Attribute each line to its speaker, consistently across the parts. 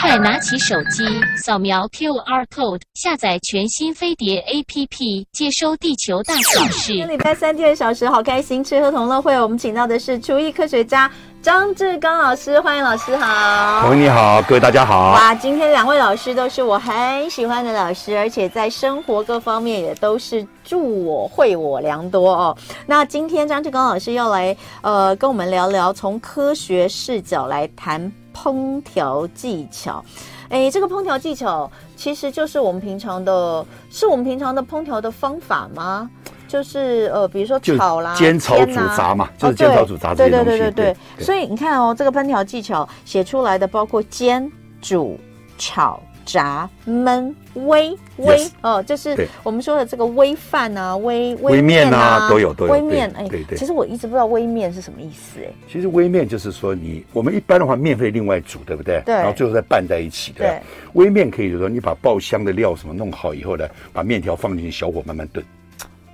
Speaker 1: 快拿起手机，扫描 QR code，下载全新飞碟 APP，接收地球大小
Speaker 2: 今天
Speaker 1: 事。
Speaker 2: 礼拜三第二小时，好开心！吃喝同乐会，我们请到的是厨艺科学家张志刚老师，欢迎老师好。
Speaker 3: 喂，你好，各位大家好。
Speaker 2: 哇，今天两位老师都是我很喜欢的老师，而且在生活各方面也都是助我、惠我良多哦。那今天张志刚老师要来呃跟我们聊聊，从科学视角来谈烹调技巧。哎，这个烹调技巧其实就是我们平常的，是我们平常的烹调的方法吗？就是呃，比如说
Speaker 3: 就
Speaker 2: 炒啦、
Speaker 3: 煎炒
Speaker 2: 煎
Speaker 3: 煮
Speaker 2: 啦
Speaker 3: 炸嘛
Speaker 2: 哦
Speaker 3: 就是煎炒煮炸
Speaker 2: 对
Speaker 3: 这
Speaker 2: 对对对
Speaker 3: 些东西
Speaker 2: 对
Speaker 3: 对
Speaker 2: 对。
Speaker 3: 对
Speaker 2: 所以你看哦，这个烹调技巧写出来的包括煎、煮、炒、炸、焖、煨、煨
Speaker 3: Yes
Speaker 2: 哦，就是
Speaker 3: 对
Speaker 2: 我们说的这个煨饭啊、煨
Speaker 3: 煨面啊都有都有
Speaker 2: 煨面
Speaker 3: 对
Speaker 2: 哎
Speaker 3: 对，对
Speaker 2: 其实我一直不知道煨面是什么意思哎。
Speaker 3: 其实微面就是说你，我们一般的话面会另外煮，对不对？
Speaker 2: 对
Speaker 3: 然后最后再拌在一起，对吧。微面可以就是说你把爆香的料什么弄好以后呢，把面条放进去，小火慢慢炖。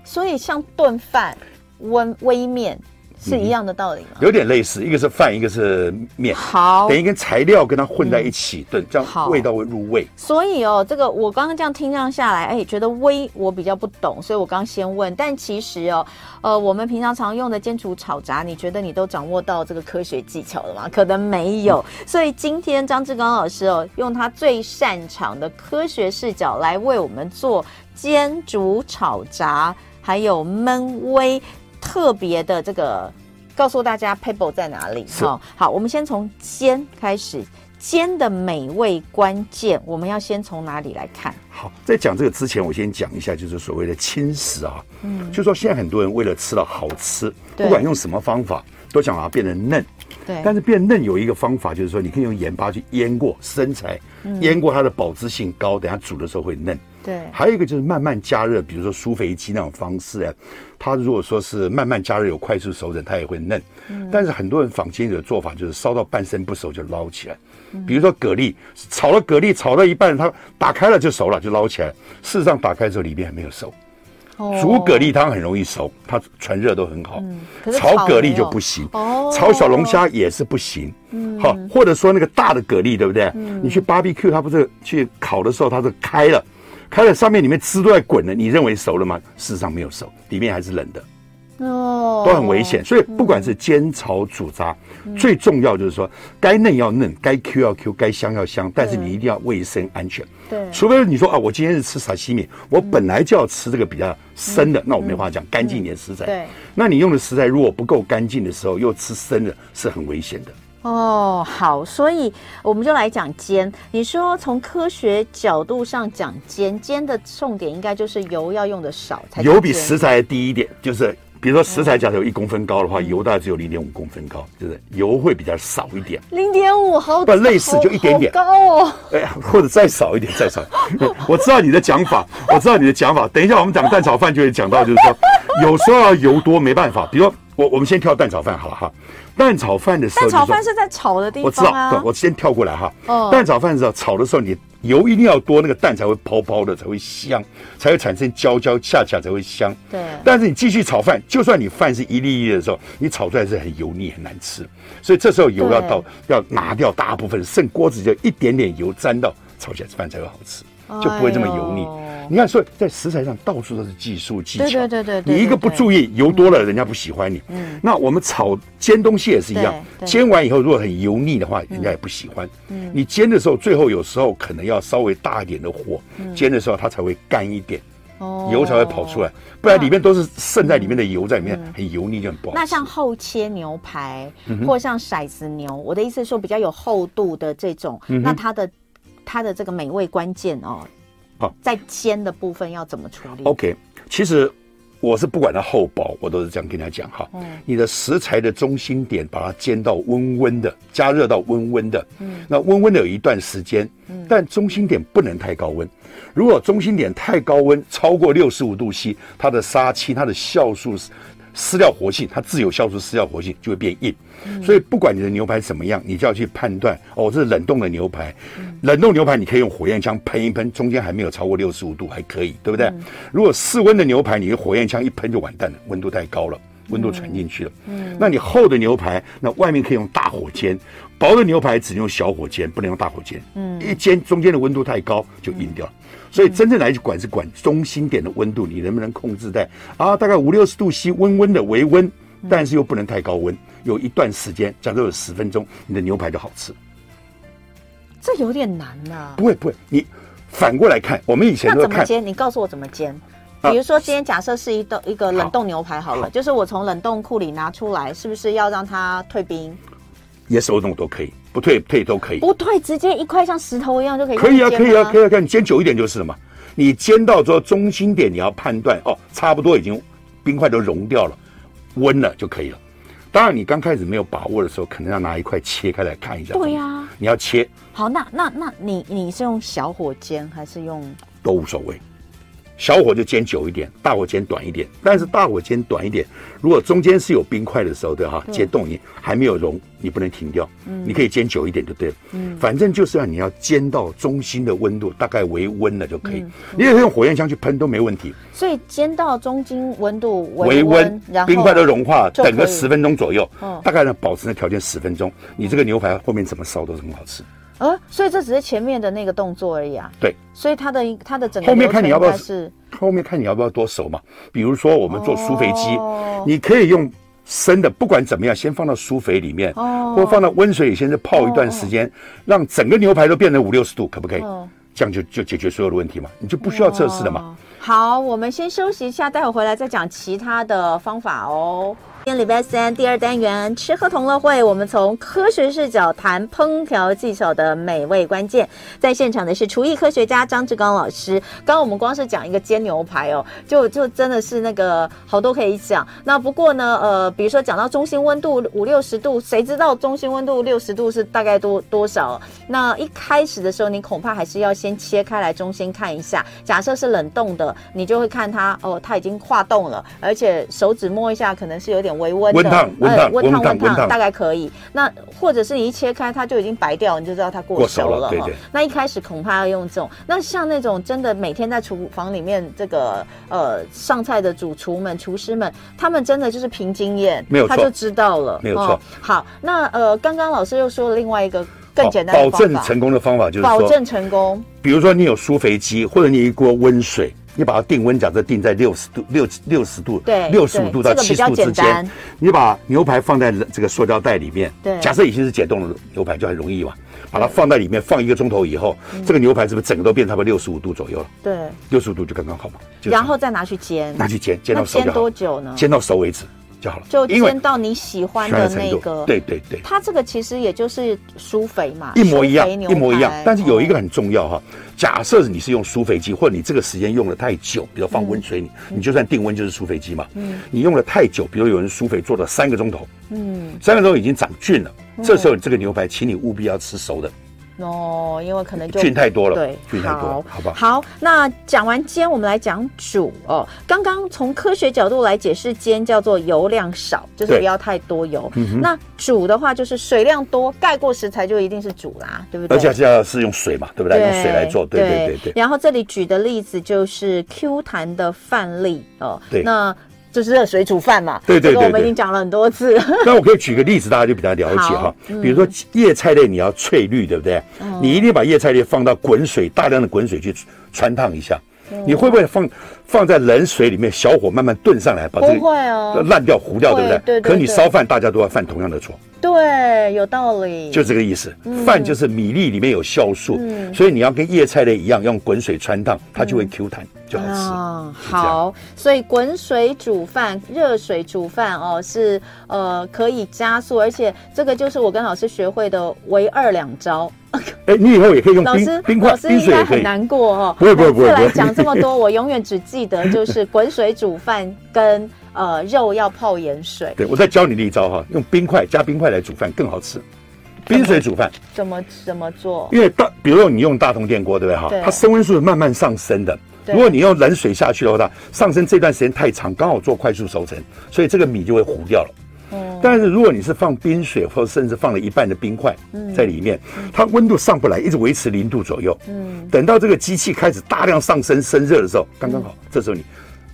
Speaker 2: 所以像炖饭、温煨面
Speaker 3: 嗯
Speaker 2: 是一样的道理吗？
Speaker 3: 有点类似，一个是饭，一个是面，
Speaker 2: 好
Speaker 3: 等，于跟材料跟它混在一起炖，这
Speaker 2: 好
Speaker 3: 样味道会入味。
Speaker 2: 所以哦，这个我刚刚这样听这样下来，哎，觉得微我比较不懂，所以我刚先问。但其实哦，呃，我们平常常用的煎煮炒炸，你觉得你都掌握到这个科学技巧了吗？可能没有。所以今天张志刚老师哦，用他最擅长的科学视角来为我们做煎煮炒炸，还有焖微特别的这个告诉大家 p a b l e 在哪里
Speaker 3: 是
Speaker 2: 哦。好，我们先从煎开始，煎的美味关键，我们要先从哪里来看？
Speaker 3: 好，在讲这个之前，我先讲一下，就是所谓的轻食啊，嗯，就说现在很多人为了吃了好吃，
Speaker 2: 对
Speaker 3: 不管用什么方法，都想把它变得嫩。
Speaker 2: 对
Speaker 3: 但是变嫩有一个方法，就是说你可以用盐巴去腌过生菜，腌过它的保质性高，等下煮的时候会嫩。
Speaker 2: 对
Speaker 3: 还有一个就是慢慢加热，比如说苏肥鸡那种方式啊，它如果说是慢慢加热有快速熟成，它也会嫩。但是很多人坊间有的做法就是烧到半生不熟就捞起来，比如说蛤蜊，炒了蛤蜊炒到一半，它打开了就熟了，就捞起来。事实上打开的时候里面还没有熟，
Speaker 2: 哦
Speaker 3: 煮蛤蜊汤很容易熟，它传热都很好。
Speaker 2: 嗯可是
Speaker 3: 炒
Speaker 2: 炒
Speaker 3: 蛤
Speaker 2: 没
Speaker 3: 蜊就
Speaker 2: 有
Speaker 3: 不行，
Speaker 2: 哦嗯
Speaker 3: 炒小龙虾也是不行。好，或者说那个大的蛤蜊，对不对？你去 BBQ，它不是去烤的时候，它是开了，开了上面里面汁都在滚了，你认为熟了吗？事实上没有熟，里面还是冷的，
Speaker 2: 哦嗯
Speaker 3: 都很危险。。所以不管是煎、炒、煮、炸，最重要就是说，该嫩要嫩，该 Q 要 Q，该香要香，但是
Speaker 2: 对
Speaker 3: 你一定要卫生安全。
Speaker 2: 对，
Speaker 3: 除非你说啊，我今天是吃沙西米，我本来就要吃这个比较生的，那我没话讲，干净一点食材。
Speaker 2: 嗯对，
Speaker 3: 那你用的食材如果不够干净的时候，又吃生的，是很危险的。
Speaker 2: 哦，好，所以我们就来讲煎。你说从科学角度上讲煎，煎的重点应该就是油要用的少才叫
Speaker 3: 油比
Speaker 2: 煎
Speaker 3: 食材低一点，就是比如说食材假设有一公分高
Speaker 2: 嗯
Speaker 3: 的话，油大概只有零点五公分高，就是油会比较少一 点。
Speaker 2: 零点五毫，
Speaker 3: 不类似
Speaker 2: 好
Speaker 3: 就一点点
Speaker 2: 好高 哦。
Speaker 3: 哎呀，或者再少一点，再 少。我知道你的讲法，我知道你的讲法。等一下我们讲蛋炒饭就会讲到，就是 说有时候要油多没办法。比如说我我们先跳蛋炒饭好了哈，蛋炒饭的时候
Speaker 2: 但
Speaker 3: 就
Speaker 2: 炒
Speaker 3: 是说
Speaker 2: 饭是在炒的地
Speaker 3: 我知
Speaker 2: 方
Speaker 3: 道，
Speaker 2: 啊，
Speaker 3: 对我先跳过来哈。
Speaker 2: 哦
Speaker 3: 蛋炒饭的时候炒的时候，你油一定要多，那个蛋才会泡泡的，才会香，才会产生焦焦恰恰，才会香。
Speaker 2: 对
Speaker 3: 但是你继续炒饭，就算你饭是一粒一粒的时候，你炒出来是很油腻，很难吃。所以这时候油要到，要拿掉大部分，剩锅子就一点点油沾到，炒起来饭才会好吃，就不会这么油腻。
Speaker 2: 哎呦
Speaker 3: 你看，所以在食材上到处都是技术技巧，
Speaker 2: 对对对对对
Speaker 3: 你一个不
Speaker 2: 对
Speaker 3: 注意，油多了人家不喜欢你。
Speaker 2: 嗯
Speaker 3: 那我们炒煎东西也是一样
Speaker 2: 对，对嗯
Speaker 3: 煎。煎完以后如果很油腻的话，人家也不喜欢。你煎的时候，最后有时候可能要稍微大一点的火，煎的时候它才会干一点，
Speaker 2: 嗯哦
Speaker 3: 油才会跑出来，不然里面都是渗在里面的油在里面，很油腻就很不好
Speaker 2: 嗯
Speaker 3: 吃。
Speaker 2: 那像厚切牛排，
Speaker 3: 嗯
Speaker 2: 或像骰子牛，我的意思是说比较有厚度的这种，
Speaker 3: 嗯
Speaker 2: 那它的它的这个美味关键哦，
Speaker 3: 好哦
Speaker 2: 在煎的部分要怎么处理？
Speaker 3: OK，其实我是不管它厚薄，我都是这样跟大家讲哈。你的食材的中心点，把它煎到温温的，加热到温温的。那温温的有一段时间，但中心点不能太高温。如果中心点太高温，超过六十五度 C，它的杀气、它的酵素失掉活性，它自有酵素失掉活性就会变硬。所以不管你的牛排怎么样，你就要去判断哦，这是冷冻的牛排。冷冻牛排你可以用火焰枪喷一喷，中间还没有超过六十五度，还可以，对不对？如果室温的牛排，你用火焰枪一喷就完蛋了，
Speaker 2: 嗯
Speaker 3: 温度太高了。温度传进去了，那你厚的牛排，那外面可以用大火煎，薄的牛排只能用小火煎，不能用大火煎。嗯，一煎中间的温度太高就硬掉了。
Speaker 2: 嗯
Speaker 3: 所以真正来管是管中心点的温度，你能不能控制在啊大概五六十度 C 温温的微温，
Speaker 2: 嗯
Speaker 3: 但是又不能太高温。有一段时间，假如有十分钟，你的牛排就好吃。
Speaker 2: 这有点难呐、
Speaker 3: 不会不会，你反过来看，我们以前
Speaker 2: 那
Speaker 3: 都
Speaker 2: 怎么
Speaker 3: 看
Speaker 2: 煎？你告诉我怎么煎。
Speaker 3: 啊
Speaker 2: 比如说，今天假设是一豆一个冷
Speaker 3: 好
Speaker 2: 冻牛排好了，
Speaker 3: 好
Speaker 2: 就是我从冷冻库里拿出来，是不是要让它退冰？
Speaker 3: 嗯 yes or no 都可以，不退退都可以。
Speaker 2: 不退，直接一块像石头一样就可以。
Speaker 3: 可以啊，可以啊，可
Speaker 2: 以。
Speaker 3: 以啊，可以啊你煎久一点就是了嘛。你煎到之后中心点，你要判断哦，差不多已经冰块都融掉了，温了就可以了。当然，你刚开始没有把握的时候，可能要拿一块切开来看一下。
Speaker 2: 对呀
Speaker 3: 你要切
Speaker 2: 好，那那那你你是用小火煎还是用？
Speaker 3: 都无所谓，小火就煎久一点，大火煎短一点。但是大火煎短一点，如果中间是有冰块的时候的哈，解冻你还没有融，你不能停掉，
Speaker 2: 嗯
Speaker 3: 你可以煎久一点就对了。反正就是要你要煎到中心的温度，大概为温了就可以。
Speaker 2: 嗯
Speaker 3: 你也可以用火焰枪去喷都没问题。
Speaker 2: 所以煎到中间温度
Speaker 3: 微温
Speaker 2: 然，后
Speaker 3: 冰块都融化，
Speaker 2: 就可以
Speaker 3: 等个十分钟左右
Speaker 2: 嗯，
Speaker 3: 大概呢保持那条件十分钟，你这个牛排后面怎么烧都是很好吃。
Speaker 2: 呃，所以这只是前面的那个动作而已啊。
Speaker 3: 对，
Speaker 2: 所以它的它的整个
Speaker 3: 后面看你要不要
Speaker 2: 流程应该是
Speaker 3: 后面看你要不要多熟嘛，比如说我们做酥肥鸡
Speaker 2: 哦，
Speaker 3: 你可以用生的，不管怎么样，先放到酥肥里面，
Speaker 2: 哦
Speaker 3: 或放到温水里先是泡一段时间，让整个牛排都变成五六十度，可不可以
Speaker 2: 嗯？
Speaker 3: 这样就就解决所有的问题嘛，你就不需要测试了嘛。
Speaker 2: 哦好，我们先休息一下，待会回来再讲其他的方法哦。今天礼拜三第二单元吃喝同乐会，我们从科学视角谈烹调技巧的美味关键。在现场的是厨艺科学家张志刚老师。刚刚我们光是讲一个煎牛排哦，就就真的是那个好多可以讲。那不过呢，呃，比如说讲到中心温度五六十度，谁知道中心温度六十度是大概多多少？那一开始的时候，你恐怕还是要先切开来中心看一下。假设是冷冻的，你就会看它哦，它已经化冻了，而且手指摸一下可能是有点微温的，
Speaker 3: 温烫温烫
Speaker 2: 呃温烫
Speaker 3: 温烫
Speaker 2: 温
Speaker 3: 温
Speaker 2: 烫，
Speaker 3: 烫
Speaker 2: 大概可以。那或者是你一切开它就已经白掉，你就知道它过
Speaker 3: 过熟
Speaker 2: 熟
Speaker 3: 了
Speaker 2: 了
Speaker 3: 对
Speaker 2: 哈
Speaker 3: 对
Speaker 2: 那一开始恐怕要用这种。那像那种真的每天在厨房里面这个呃上菜的主厨们、厨师们，他们真的就是凭经验，
Speaker 3: 没有
Speaker 2: 他
Speaker 3: 错
Speaker 2: 就知道了，
Speaker 3: 没有错
Speaker 2: 好，那呃，刚刚老师又说了另外一个更
Speaker 3: 好
Speaker 2: 简单的
Speaker 3: 哦保
Speaker 2: 方法，
Speaker 3: 证成功的方法就是
Speaker 2: 保
Speaker 3: 说，
Speaker 2: 证成功，
Speaker 3: 比如说你有酥肥鸡，或者你有一锅温水，你把它定温，假设定在六十度、六六十度、
Speaker 2: 对
Speaker 3: 六十五度
Speaker 2: 对这个
Speaker 3: 到
Speaker 2: 比
Speaker 3: 七十
Speaker 2: 较
Speaker 3: 度之
Speaker 2: 简单
Speaker 3: 间，你把牛排放在这个塑胶袋里面，
Speaker 2: 对
Speaker 3: 假设已经是解冻的牛排就很容易嘛，把它放在里面放一个钟头以后，
Speaker 2: 嗯
Speaker 3: 这个牛排是不是整个都变差不多六十五度左右了？
Speaker 2: 对，
Speaker 3: 六十五度就刚刚好嘛，就
Speaker 2: 然后再拿去煎，
Speaker 3: 拿去煎，煎到熟
Speaker 2: 那
Speaker 3: 就
Speaker 2: 煎
Speaker 3: 好，
Speaker 2: 多久呢？
Speaker 3: 煎到熟为止就好了，
Speaker 2: 就
Speaker 3: 因为
Speaker 2: 煎到你喜欢
Speaker 3: 喜欢
Speaker 2: 的
Speaker 3: 的
Speaker 2: 那
Speaker 3: 程
Speaker 2: 个
Speaker 3: 度，，对对对。
Speaker 2: 它这个其实也就是酥肥嘛，
Speaker 3: 一模一样
Speaker 2: 酥肥，牛
Speaker 3: 一模一样
Speaker 2: 排。
Speaker 3: 但是有一个
Speaker 2: 哦
Speaker 3: 很重要哈，假设你是用酥肥鸡，或者你这个时间用的太久，比如放温水里，
Speaker 2: 嗯
Speaker 3: 你就算定温就是酥肥鸡嘛。你用的太久，比如有人酥肥做了三个钟头，
Speaker 2: 嗯
Speaker 3: 三个钟头已经长菌了，这时候这个牛排，请你务必要吃熟的，
Speaker 2: 哦，因为可能就
Speaker 3: 菌太多了，
Speaker 2: 对，
Speaker 3: 菌太多了，好不好？
Speaker 2: 好，那讲完煎，我们来讲煮哦。刚刚从科学角度来解释，煎叫做油量少，就是
Speaker 3: 对嗯
Speaker 2: 不要太多油。那煮的话，就是水量多，盖过食材就一定是煮啦，对不对？
Speaker 3: 而且还是要是用水嘛，对不对？用水来做，对对对对。
Speaker 2: 然后这里举的例子就是 Q 弹的范例哦，
Speaker 3: 对
Speaker 2: 那就是热水煮饭嘛。
Speaker 3: 对对
Speaker 2: 这个我
Speaker 3: 对啊
Speaker 2: 们已
Speaker 3: 对
Speaker 2: 经讲了很多次。
Speaker 3: 那我可以举个例子，大家就比较了解哈
Speaker 2: 好。嗯
Speaker 3: 比如说叶菜类，你要翠绿，对不对？你一定把叶菜类放到滚水，大量的滚水去穿烫一下。
Speaker 2: 哦
Speaker 3: 你会不会放放在冷水里面，小火慢慢炖上来，把这
Speaker 2: 不会哦
Speaker 3: 个烂掉糊掉，对不
Speaker 2: 会
Speaker 3: 对？
Speaker 2: 对对嗯对
Speaker 3: 可你烧饭，大家都要犯同样的错，
Speaker 2: 对，有道理。
Speaker 3: 就这个意思。饭就是米粒里面有酵素，
Speaker 2: 嗯
Speaker 3: 所以你要跟叶菜类一样，用滚水穿烫，它就会 Q 弹，就好吃。
Speaker 2: 啊，
Speaker 3: 就这样
Speaker 2: 好，所以滚水煮饭、热水煮饭哦，是呃可以加速，而且这个就是我跟老师学会的唯二两招。
Speaker 3: 哎，你以后也可以 用
Speaker 2: 老
Speaker 3: 冰
Speaker 2: 师，
Speaker 3: 冰
Speaker 2: 老
Speaker 3: 块、
Speaker 2: 师
Speaker 3: 冰
Speaker 2: 应
Speaker 3: 水
Speaker 2: 该
Speaker 3: 也可
Speaker 2: 很
Speaker 3: 以。
Speaker 2: 难过哦。
Speaker 3: 不会不会不会
Speaker 2: 每次来
Speaker 3: 不会
Speaker 2: 讲这么多， 我永远只记得就是 滚水煮饭跟呃肉要泡盐水，
Speaker 3: 对，我再教你一招哈，用冰块加冰块来煮饭更好吃，冰水煮饭。
Speaker 2: 怎么怎么做？
Speaker 3: 因为大，比如说你用大同电锅，对不对哈
Speaker 2: 对？
Speaker 3: 它升温速是慢慢上升的。
Speaker 2: 对
Speaker 3: 如果你用冷水下去的话，上升这段时间太长，刚好做快速熟成，所以这个米就会糊掉了。
Speaker 2: 嗯，
Speaker 3: 但是如果你是放冰水，或甚至放了一半的冰块在里面，它温度上不来，一直维持零度左右。
Speaker 2: 嗯
Speaker 3: 等到这个机器开始大量上升升热的时候，刚刚好，这时候你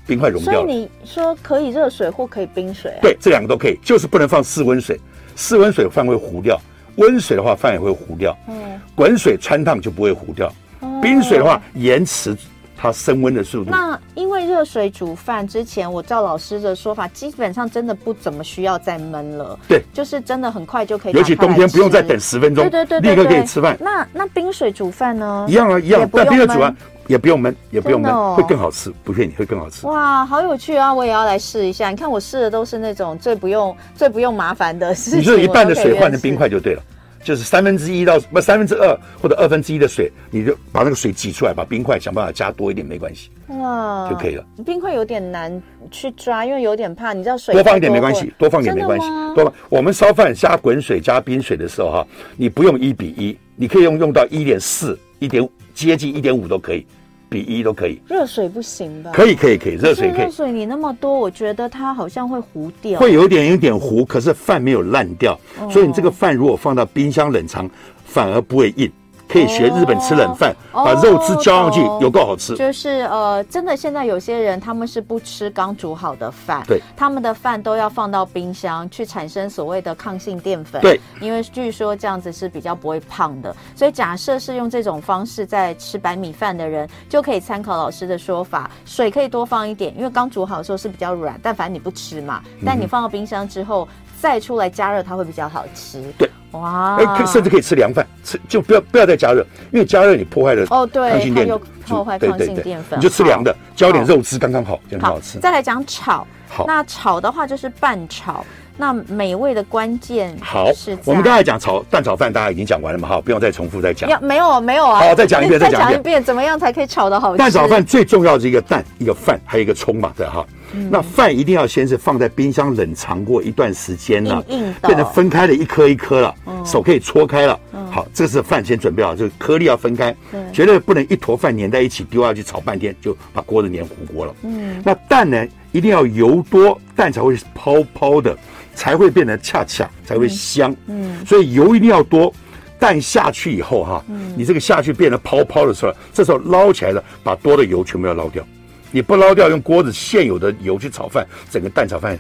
Speaker 3: 冰块
Speaker 2: 嗯
Speaker 3: 融
Speaker 2: 所
Speaker 3: 掉
Speaker 2: 以
Speaker 3: 了。
Speaker 2: 你说可以热水或可以冰水啊？
Speaker 3: 对，这两个都可以，就是不能放室温水，室温水饭会糊掉。温水的话，饭也会糊掉；
Speaker 2: 嗯，
Speaker 3: 滚水穿烫就不会糊掉。冰水的话，延迟它升温的速度。
Speaker 2: 那因为热水煮饭之前，我照老师的说法，基本上真的不怎么需要再焖了。
Speaker 3: 对，
Speaker 2: 就是真的很快就可以。
Speaker 3: 尤其冬天不用再等。十分钟，
Speaker 2: 对对对对，
Speaker 3: 立刻可
Speaker 2: 对
Speaker 3: 以吃饭。
Speaker 2: 那那冰水煮饭呢？
Speaker 3: 一样啊，一样
Speaker 2: 也
Speaker 3: 啊，
Speaker 2: 不
Speaker 3: 但
Speaker 2: 用
Speaker 3: 冰的煮完
Speaker 2: 焖。
Speaker 3: 也不用焖，也不用
Speaker 2: 真的哦
Speaker 3: 焖，会更好吃，不骗你，会更好吃。
Speaker 2: 哇，好有趣啊！我也要来试一下。你看我试的都是那种最不用、最不用麻烦的事情。
Speaker 3: 你就是一半的水换成冰
Speaker 2: 我都可以认识。
Speaker 3: 块就对了，就是三分之一到不三分之二或者二分之一的水，你就把那个水挤出来，把冰块想办法加多一点没关系，
Speaker 2: 哇
Speaker 3: 就可以了。
Speaker 2: 冰块有点难去抓，因为有点怕，你知道水
Speaker 3: 多放
Speaker 2: 太
Speaker 3: 一点没关系
Speaker 2: 会，
Speaker 3: 多放一点没关系
Speaker 2: 真的吗，
Speaker 3: 多放。我们烧饭加滚水加冰水的时候哈，你不用一比一，你可以用用到一点四、一点接近一点五都可以，比一都可以，
Speaker 2: 热水不行吧？
Speaker 3: 可以可以可以，热水
Speaker 2: 是
Speaker 3: 可
Speaker 2: 热
Speaker 3: 以。
Speaker 2: 水你啊那么多，我觉得它好像会糊掉。
Speaker 3: 会有一点有点糊，可是饭没有烂掉，
Speaker 2: 哦
Speaker 3: 所以你这个饭如果放到冰箱冷藏，反而不会硬。可以学日本吃冷饭，
Speaker 2: 哦
Speaker 3: 把肉汁浇上去
Speaker 2: 懂，
Speaker 3: 有够好吃。
Speaker 2: 就是呃，真的现在有些人他们是不吃刚煮好的饭，
Speaker 3: 对，
Speaker 2: 他们的饭都要放到冰箱去产生所谓的抗性淀粉，
Speaker 3: 对，
Speaker 2: 因为据说这样子是比较不会胖的，所以假设是用这种方式在吃白米饭的人，就可以参考老师的说法，水可以多放一点，因为刚煮好的时候是比较软，但反正你不吃嘛，
Speaker 3: 嗯
Speaker 2: 但你放到冰箱之后再出来加热，它会比较好吃，
Speaker 3: 对，
Speaker 2: 哇，
Speaker 3: 哎，可甚至可以吃凉饭，吃就不要不要再加热，因为加热你破坏了
Speaker 2: 哦对
Speaker 3: 抗性淀
Speaker 2: 它又
Speaker 3: 粉，
Speaker 2: 破坏
Speaker 3: 对
Speaker 2: 抗
Speaker 3: 对
Speaker 2: 性
Speaker 3: 对
Speaker 2: 淀粉
Speaker 3: 你就吃凉的，浇点
Speaker 2: 好
Speaker 3: 肉汁刚刚好，就很好吃。
Speaker 2: 再来讲炒，
Speaker 3: 好
Speaker 2: 那炒的话就是拌炒，那美味的关键
Speaker 3: 好
Speaker 2: 是在，
Speaker 3: 我们刚才讲炒蛋炒饭，大家已经讲完了嘛，哈，不用再重复再讲。
Speaker 2: 要没有没有啊，
Speaker 3: 好再讲一遍
Speaker 2: 再
Speaker 3: 再讲一
Speaker 2: 讲一
Speaker 3: 遍
Speaker 2: 遍，怎么样才可以炒的好吃？
Speaker 3: 蛋炒饭最重要的一个蛋，一个饭，还有一个葱嘛，对哈。
Speaker 2: 嗯
Speaker 3: 那饭一定要先是放在冰箱冷藏过一段时间了，
Speaker 2: 硬硬的
Speaker 3: 变成分开了一颗一颗了，手可以搓开了。好，这个是饭先准备好，就是颗粒要分开，绝嗯对不能一坨饭粘在一起丢下去炒半天，就把锅子粘糊锅了。嗯，那蛋呢，一定要油多，蛋才会泡泡的，才会变得恰恰，才会香。嗯，所以油一定要多。蛋下去以后哈、你这个下去变得泡泡的时候，这时候捞起来了，把多的油全部要捞掉。你不捞掉，用锅子现有的油去炒饭，整个蛋炒饭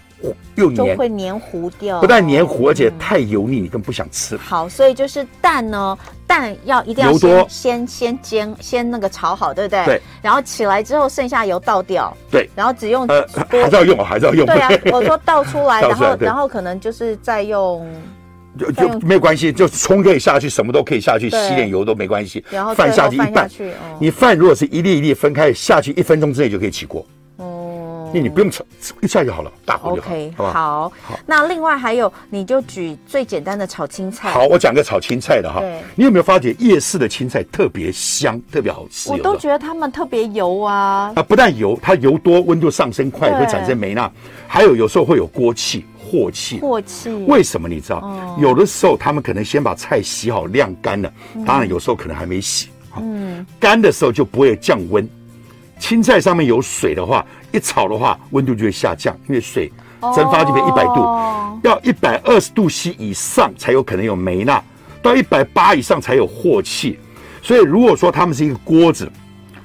Speaker 2: 就
Speaker 3: 又黏，
Speaker 2: 会黏糊掉，
Speaker 3: 不但黏糊，而且太油腻，你更不想吃。
Speaker 2: 好，所以就是蛋呢，蛋要一定要
Speaker 3: 油多
Speaker 2: 先先先煎，先那个炒好，对不对？
Speaker 3: 对。
Speaker 2: 然后起来之后，剩下油倒掉，
Speaker 3: 对，
Speaker 2: 然后只用
Speaker 3: 呃，
Speaker 2: 锅
Speaker 3: 还是要用啊，还是要用。
Speaker 2: 对啊，我说倒出来，
Speaker 3: 倒
Speaker 2: 然
Speaker 3: 出来
Speaker 2: 后
Speaker 3: 对
Speaker 2: 然后可能就是再用
Speaker 3: 就
Speaker 2: 再用
Speaker 3: 就没有关系，就葱可以下去，什么都可以下去，
Speaker 2: 对
Speaker 3: 吸点油都没关系。
Speaker 2: 然后
Speaker 3: 饭
Speaker 2: 最
Speaker 3: 下
Speaker 2: 后
Speaker 3: 去一
Speaker 2: 饭下
Speaker 3: 半
Speaker 2: 去哦，
Speaker 3: 你饭如果是一粒一粒分开下去，一分钟之内就可以起锅，
Speaker 2: 哦
Speaker 3: 因为你不用炒，一下就好了，大火就好
Speaker 2: OK，，
Speaker 3: 好不好？
Speaker 2: 好
Speaker 3: 好
Speaker 2: 那另外还有，你就举最简单的炒青菜。
Speaker 3: 好，，我讲个炒青菜的哈
Speaker 2: 对，
Speaker 3: 你有没有发觉夜市的青菜特别香，特别好吃？
Speaker 2: 我
Speaker 3: 有没有
Speaker 2: 都觉得他们特别油啊。
Speaker 3: 啊，不但油，它油多，温度上升快，
Speaker 2: 对
Speaker 3: 会产生霉钠，还有有时候会有锅气、镬气。
Speaker 2: 过气，
Speaker 3: 为什么你知道？有的时候他们可能先把菜洗好晾干了，当然有时候可能还没洗。嗯，干的时候就不会降温。青菜上面有水的话，一炒的话温度就会下降，因为水蒸发就变一百度
Speaker 2: 哦，
Speaker 3: 要一百二十度 C 以上才有可能有霉钠，到一百八以上才有镬气。所以如果说他们是一个锅子，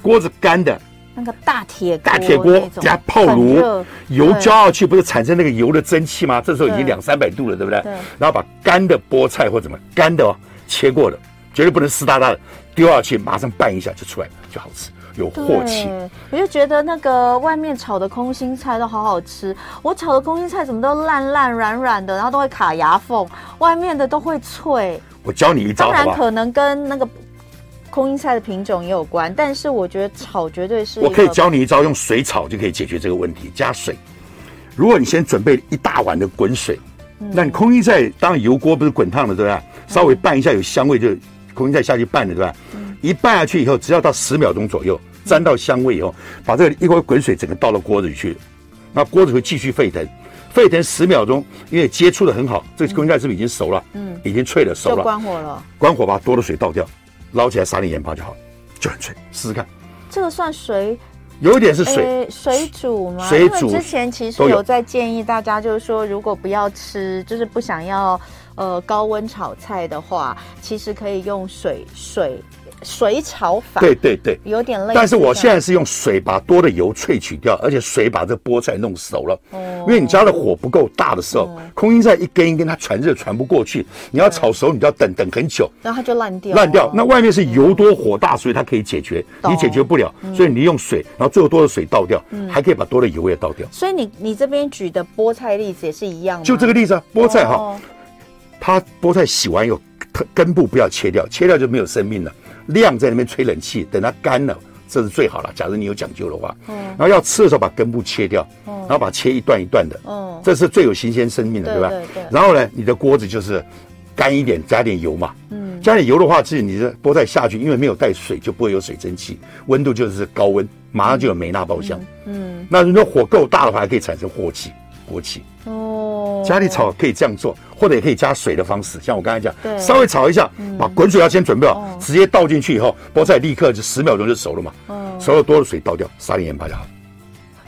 Speaker 3: 锅子干的，
Speaker 2: 那个大铁
Speaker 3: 大铁锅加泡炉，油浇下去，不是产生那个油的蒸汽吗？这时候已
Speaker 2: 对
Speaker 3: 经两三百度了，对不对
Speaker 2: 对？
Speaker 3: 然后把干的菠菜或怎么干的哦，切过的，绝对不能湿哒哒的，丢下去马上拌一下就出来，就好吃，有
Speaker 2: 过
Speaker 3: 镬气。。
Speaker 2: 我就觉得那个外面炒的空心菜都好好吃，我炒的空心菜怎么都烂烂软软的，然后都会卡牙缝，外面的都会脆。
Speaker 3: 我教你一
Speaker 2: 当
Speaker 3: 招，好
Speaker 2: 然
Speaker 3: 不好？
Speaker 2: 可能跟那个空心菜的品种也有关，但是我觉得炒绝对是一
Speaker 3: 我可以
Speaker 2: 个
Speaker 3: 教你一招，用水炒就可以解决这个问题。加水，如果你先准备一大碗的滚水，
Speaker 2: 嗯
Speaker 3: 那你空心菜当然油锅不是滚烫的，对吧？稍微拌一下有香味就，空心菜下去拌的，对吧？
Speaker 2: 嗯
Speaker 3: 一拌下去以后，只要到十秒钟左右，沾到香味以后，把这个一锅滚水整个倒到锅子里去，那锅子会继续沸腾。沸腾十秒钟，因为接触的很好，这个空心菜是不是已经熟了？嗯，已经脆了，
Speaker 2: 嗯
Speaker 3: 熟
Speaker 2: 就
Speaker 3: 了。
Speaker 2: 关火了。
Speaker 3: 关火把多的水倒掉，捞起来撒点盐巴就好了，就很脆。试试看，
Speaker 2: 这个算水
Speaker 3: 有一点是水，
Speaker 2: 诶水煮吗？
Speaker 3: 水煮
Speaker 2: 因为之前其实
Speaker 3: 都有
Speaker 2: 有在建议大家，就是说如果不要吃，就是不想要呃高温炒菜的话，其实可以用水水水炒法，
Speaker 3: 对，对对。
Speaker 2: 有点类似这样。
Speaker 3: 但是我现在是用水把多的油萃取掉，而且水把这菠菜弄熟了。
Speaker 2: 哦嗯
Speaker 3: 因为你家的火不够大的时候，空心菜一根一根它传热传不过去，你要炒熟，你就要等等很久，
Speaker 2: 然后它就烂掉了，
Speaker 3: 烂掉。那外面是油多火大，所以它可以解决，你解决不了，
Speaker 2: 嗯
Speaker 3: 所以你用水，然后最后多的水倒掉，还可以把多的油也倒掉。
Speaker 2: 所以你你这边举的菠菜例子也是一样吗，
Speaker 3: 就这个例子啊，菠菜哈，
Speaker 2: 哦
Speaker 3: 它菠菜洗完以后，根根部不要切掉，切掉就没有生命了。晾在那边吹冷气，等它干了，这是最好了。假如你有讲究的话，
Speaker 2: 嗯
Speaker 3: 然后要吃的时候把根部切掉，然后把它切一段一段的，
Speaker 2: 嗯
Speaker 3: 这是最有新鲜生命的，
Speaker 2: 对
Speaker 3: 对吧？
Speaker 2: 对对
Speaker 3: 然后呢，你的锅子就是干一点，加点油嘛。嗯，加点油的话，是你的菠菜下去，因为没有带水，就不会有水蒸气，温度就是高温，马上就有梅纳爆香。
Speaker 2: 嗯
Speaker 3: 那如果火够大的话，还可以产生火气，火气。
Speaker 2: 哦，
Speaker 3: 家里炒可以这样做，或者也可以加水的方式，像我刚才讲
Speaker 2: 对，嗯
Speaker 3: 稍微炒一下，把滚水要先准备好，
Speaker 2: 哦
Speaker 3: 直接倒进去以后，菠菜立刻就十秒钟就熟了嘛。
Speaker 2: 嗯，
Speaker 3: 熟了多的水倒掉，撒点盐巴就好，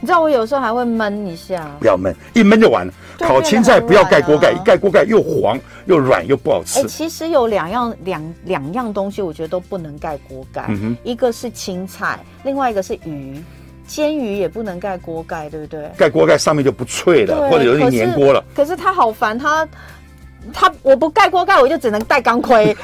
Speaker 2: 你知道我有时候还会焖一下
Speaker 3: 不。要焖，一焖就完了。
Speaker 2: 对
Speaker 3: 烤青菜不要盖锅盖，
Speaker 2: 变得很软啊
Speaker 3: 一盖锅盖又黄又软又不好
Speaker 2: 哎、
Speaker 3: 吃。
Speaker 2: 其实有两样两两样东西，我觉得都不能盖锅盖。
Speaker 3: 嗯哼
Speaker 2: 一个是青菜，另外一个是鱼，煎鱼也不能盖锅盖，对不对？
Speaker 3: 盖锅盖上面就不脆了，
Speaker 2: 对
Speaker 3: 啊或者有点粘锅了。。
Speaker 2: 可是可是它好烦，它它我不盖锅盖，我就只能带钢 盔。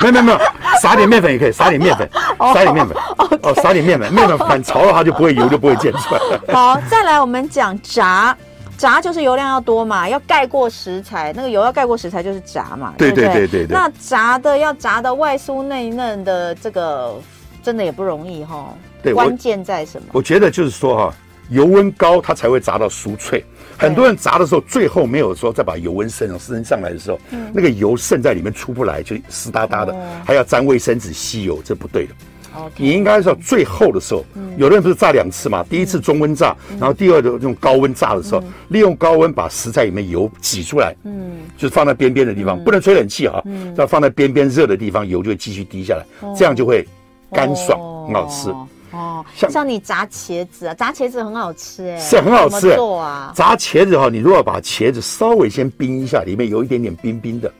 Speaker 3: 没有没有没有，撒点面粉也可以，撒点 面粉，撒点面粉，哦，撒点面粉，面粉反潮了它就不会油就不会溅出来。
Speaker 2: 好，再来我们讲炸。炸就是油量要多嘛，要盖过食材，那个油要盖过食材就是炸嘛。
Speaker 3: 对
Speaker 2: 对不
Speaker 3: 对对对对
Speaker 2: 那炸的要炸的外酥内嫩的，这个真的也不容易哈。
Speaker 3: 对我
Speaker 2: 关键在什么？
Speaker 3: 我觉得就是说哈、油温高它才会炸到酥脆。很多人炸的时候，最后没有说再把油温升上升上来的时候，那个油渗在里面出不来，就湿哒哒的，
Speaker 2: 嗯哦
Speaker 3: 还要沾卫生纸吸油，这不对的。
Speaker 2: OK
Speaker 3: 你应该是要最后的时候，
Speaker 2: 嗯
Speaker 3: 有的人不是炸两次嘛？第一次中温炸，然后第二的用高温炸的时
Speaker 2: 嗯
Speaker 3: 候，利用高温把食材里面油挤出来，嗯，就是放在边边的地
Speaker 2: 嗯
Speaker 3: 方，不能吹冷气啊，要放在边边热的地方，油就会继续滴下来，这样就会干爽，很好吃。
Speaker 2: 哦哦，像
Speaker 3: 像
Speaker 2: 你炸茄子啊，炸茄子很好吃哎、
Speaker 3: 是很好吃欸
Speaker 2: 怎么做啊，
Speaker 3: 炸茄子哈，你如果把茄子稍微先冰一下，里面有一点点冰冰的，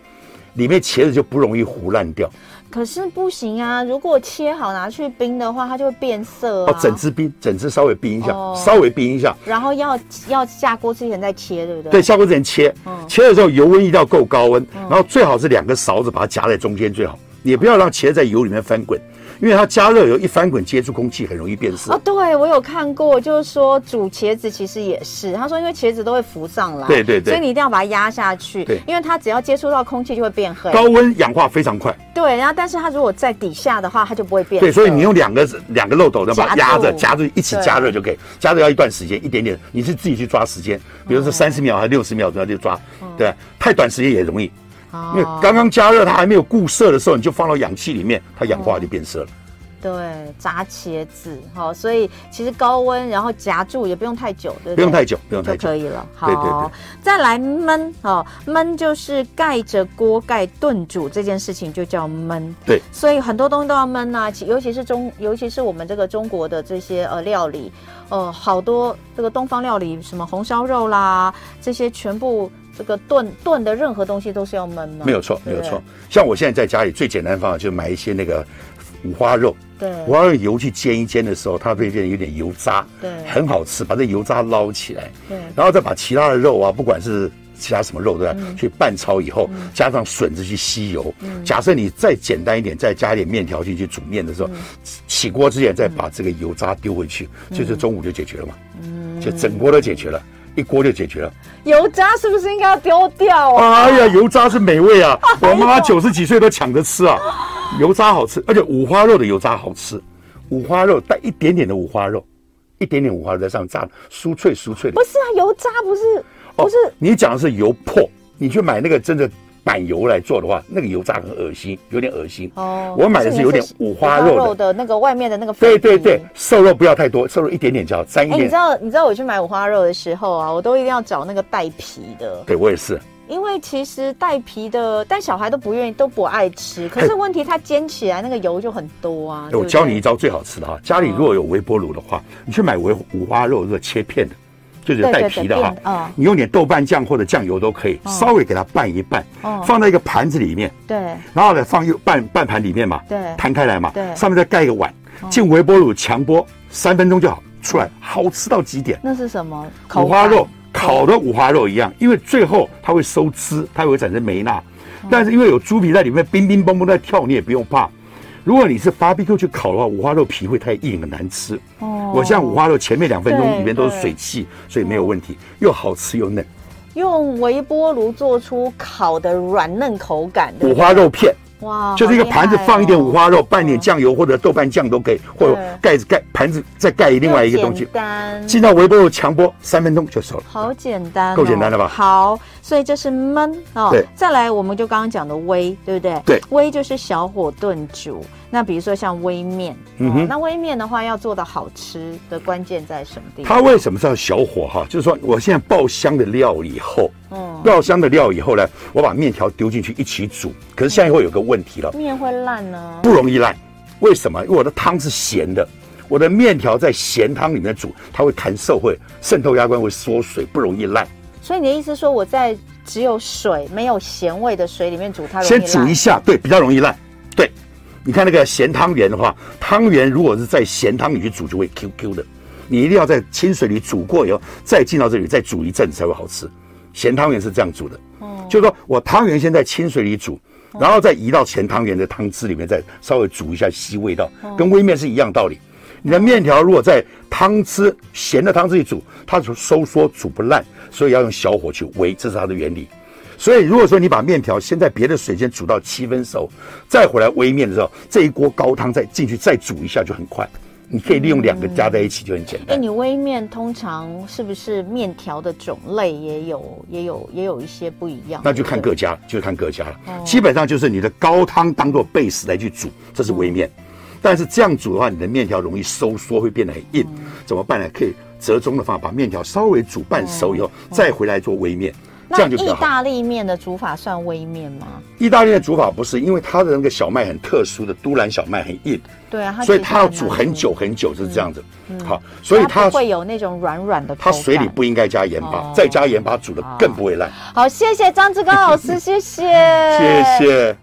Speaker 3: 里面茄子就不容易糊烂掉。
Speaker 2: 可是不行啊，如果切好拿去冰的话，它就会变色啊。
Speaker 3: 哦，整只冰，整只稍微冰一下，
Speaker 2: 哦
Speaker 3: 稍微冰一下。
Speaker 2: 然后要要下锅之前再切，对不对？
Speaker 3: 对，。下锅之前切，
Speaker 2: 嗯
Speaker 3: 切的时候油温一定要够高温，然后最好是两个勺子把它夹在中间最好，也不要让茄子在油里面翻滚，因为它加热以后一翻滚接触空气很容易变色。
Speaker 2: 哦，对，我有看过，就是说煮茄子其实也是，他说因为茄子都会浮上来，
Speaker 3: 对对对
Speaker 2: 所以你一定要把它压下去，
Speaker 3: 对
Speaker 2: 因为它只要接触到空气就会变黑，
Speaker 3: 高温氧化非常快，
Speaker 2: 对，然后但是它如果在底下的话，它就不会变色，
Speaker 3: 对，所以你用两个两个漏斗，然后把它
Speaker 2: 夹
Speaker 3: 压
Speaker 2: 住
Speaker 3: 着夹住一起
Speaker 2: 对
Speaker 3: 加热就可以，加热要一段时间，一点点，你是自己去抓时间，比如说三十秒还是六十秒左右就抓，对，太短时间也容易，
Speaker 2: 嗯哦，
Speaker 3: 因为刚刚加热它还没有固色的时候，你就放到氧气里面，它氧化就变色了。
Speaker 2: 嗯对炸茄子，好，所以其实高温然后夹住也不用太久，对不对？
Speaker 3: 不用太久，不用
Speaker 2: 就
Speaker 3: 太久
Speaker 2: 可。以了。好，
Speaker 3: 对对对
Speaker 2: 再来焖哦，焖就是盖着锅盖炖煮这件事情就叫焖。
Speaker 3: 对，
Speaker 2: 所以很多东西都要焖啊，其尤其是中，尤其是我们这个中国的这些呃料理，呃，好多这个东方料理，什么红烧肉啦，这些全部这个炖炖的任何东西都是要焖吗？
Speaker 3: 没有错，没
Speaker 2: 对
Speaker 3: 有
Speaker 2: 不对
Speaker 3: 错。。像我现在在家里最简单的方法，就是买一些那个五花肉，五
Speaker 2: 对，
Speaker 3: 花肉油去煎一煎的时候，它会变得有点油渣，
Speaker 2: 对
Speaker 3: 很好吃。把这油渣捞起来，
Speaker 2: 对
Speaker 3: 然后再把其他的肉啊，不管是其他什么肉对吧，去拌炒以后，加上笋子去吸油。假设你再简单一点，再加一点面条进去煮面的时候，起锅之前再把这个油渣丢回去，就是中午就解决了嘛，就整锅都解决了，一锅就解决了。
Speaker 2: 油渣是不是应该要丢掉啊？
Speaker 3: 哎呀，油渣是美味啊！我妈九十几岁都抢着吃啊，油渣好吃，而且五花肉的油渣好吃，五花肉带一点点的五花肉，一点点五花肉在上面炸，酥脆酥脆的
Speaker 2: 不。是啊，油渣不是
Speaker 3: 哦
Speaker 2: 不是、
Speaker 3: 你讲的是油破，你去买那个真的板油来做的话，那个油渣很恶心，有点恶心。
Speaker 2: 哦
Speaker 3: 我买的
Speaker 2: 就是你
Speaker 3: 有点五花肉
Speaker 2: 的
Speaker 3: 的。
Speaker 2: 那个外面的那个
Speaker 3: 对
Speaker 2: 粉
Speaker 3: 对
Speaker 2: 皮
Speaker 3: 对，瘦肉不要太多，瘦肉一点点就好，沾一
Speaker 2: 哎、你
Speaker 3: 点
Speaker 2: 知。道你知道我去买五花肉的时候啊，我都一定要找那个带皮的，
Speaker 3: 对我也是，
Speaker 2: 因为其实带皮的，但小孩都不愿意，都不爱吃。可是问题，它煎起来那个油就很多啊。对
Speaker 3: 哎我
Speaker 2: 不对
Speaker 3: 教你一招最好吃的哈，家里如果有微波炉的话，你去买微五花肉，如果切片的，就是
Speaker 2: 对
Speaker 3: 带
Speaker 2: 对
Speaker 3: 皮
Speaker 2: 对
Speaker 3: 的哈
Speaker 2: 变。嗯
Speaker 3: 你用点豆瓣酱或者酱油都可以，稍微给它拌一拌
Speaker 2: 哦，
Speaker 3: 放到一个盘子里面，
Speaker 2: 对
Speaker 3: 然后呢放一半半盘里面嘛，
Speaker 2: 对
Speaker 3: 摊开来嘛，
Speaker 2: 对哦
Speaker 3: 上面再盖一个碗，进微波炉强波三分钟就好，出来好吃到极点。
Speaker 2: 那是什么？
Speaker 3: 五花
Speaker 2: 感
Speaker 3: 肉烤的五花肉一样，因为最后它会收汁，它会产生霉蜡，
Speaker 2: 嗯
Speaker 3: 但是因为有猪皮在里面冰冰嘣嘣在跳，你也不用怕。如果你是 barbecue 去烤的话，五花肉皮会太硬很难吃。
Speaker 2: 哦
Speaker 3: 我像五花肉前面两分钟
Speaker 2: 对
Speaker 3: 里面都是
Speaker 2: 对嗯
Speaker 3: 水汽，所以没有问题，又好吃又嫩。
Speaker 2: 用微波炉做出烤的软嫩口感，对
Speaker 3: 五
Speaker 2: 不对
Speaker 3: 花肉片
Speaker 2: 哇，
Speaker 3: 就是一个盘子放一点五
Speaker 2: 好哦
Speaker 3: 花肉，拌点酱油或者豆瓣酱都可以，或者
Speaker 2: 对
Speaker 3: 盖子盖盘子再盖
Speaker 2: 厉害哦，
Speaker 3: 另外一个东
Speaker 2: 又
Speaker 3: 西
Speaker 2: 简，单，
Speaker 3: 进到微波炉强波三分钟就熟了。
Speaker 2: 好简单、哦，
Speaker 3: 够简单了吧
Speaker 2: 好，所以这是焖哦。
Speaker 3: 对
Speaker 2: 再来我们就刚刚讲的煨，对不对？
Speaker 3: 对，
Speaker 2: 煨就是小火炖煮。那比如说像煨面，
Speaker 3: 嗯
Speaker 2: 哦
Speaker 3: 哼
Speaker 2: 那煨面的话要做的好吃的关键在什么地方？
Speaker 3: 它为什么叫小火哈？就是说我现在爆香的料以后，
Speaker 2: 嗯，
Speaker 3: 爆香的料以后呢，我把面条丢进去一起煮。可是现在会有个问题了，
Speaker 2: 面会烂呢、
Speaker 3: 不容易烂。为什么？因为我的汤是咸的，我的面条在咸汤里面煮，它会弹受会渗透压关会缩水，不容易烂。
Speaker 2: 所以你的意思说我在只有水没有咸味的水里面煮它容易
Speaker 3: 先煮
Speaker 2: 烂
Speaker 3: 一下，对，比较容易烂。对，你看那个咸汤圆的话，汤圆如果是在咸汤里去煮，就会 Q Q 的。你一定要在清水里煮过以后，再进到这里再煮一阵子才会好吃。咸汤圆是这样煮的，就是说我汤圆先在清水里煮，然后再移到咸汤圆的汤汁里面，再稍微煮一下吸味道，跟微面是一样道理。你的面条如果在汤汁咸的汤汁里煮，它就收缩煮不烂，所以要用小火去煨，这是它的原理。所以如果说你把面条先在别的水先煮到七分熟，再回来煨面的时候，这一锅高汤再进去再煮一下就很快。你可以利用两个加在一起就很简
Speaker 2: 哎、
Speaker 3: 单。
Speaker 2: 你微面通常是不是面条的种类也有也有也有一些不一样？
Speaker 3: 那就看
Speaker 2: 对不
Speaker 3: 各
Speaker 2: 对
Speaker 3: 家了，就看各家了。
Speaker 2: 哦
Speaker 3: 基本上就是你的高汤当做 base 来去煮，这是微
Speaker 2: 嗯
Speaker 3: 面。但是这样煮的话，你的面条容易收缩，会变得很硬。
Speaker 2: 嗯
Speaker 3: 怎么办呢？可以折中的方法，把面条稍微煮半熟以后，再回来做微面，这样就比
Speaker 2: 哦那
Speaker 3: 较
Speaker 2: 意
Speaker 3: 好。
Speaker 2: 大利面的煮法算微面吗？
Speaker 3: 意大利的煮法不是，因为它的那个小麦很特殊的都兰小麦很硬，
Speaker 2: 对啊，
Speaker 3: 所以它要
Speaker 2: 其实
Speaker 3: 煮
Speaker 2: 难
Speaker 3: 很久很久，就是这样子。好，
Speaker 2: 煮，
Speaker 3: 所以它
Speaker 2: 不会有那种软软的口
Speaker 3: 它
Speaker 2: 感。
Speaker 3: 水里不应该加盐巴
Speaker 2: 哦，
Speaker 3: 再加盐巴煮的更不会烂。
Speaker 2: 好，谢谢张志刚老师，谢谢，
Speaker 3: 谢。谢。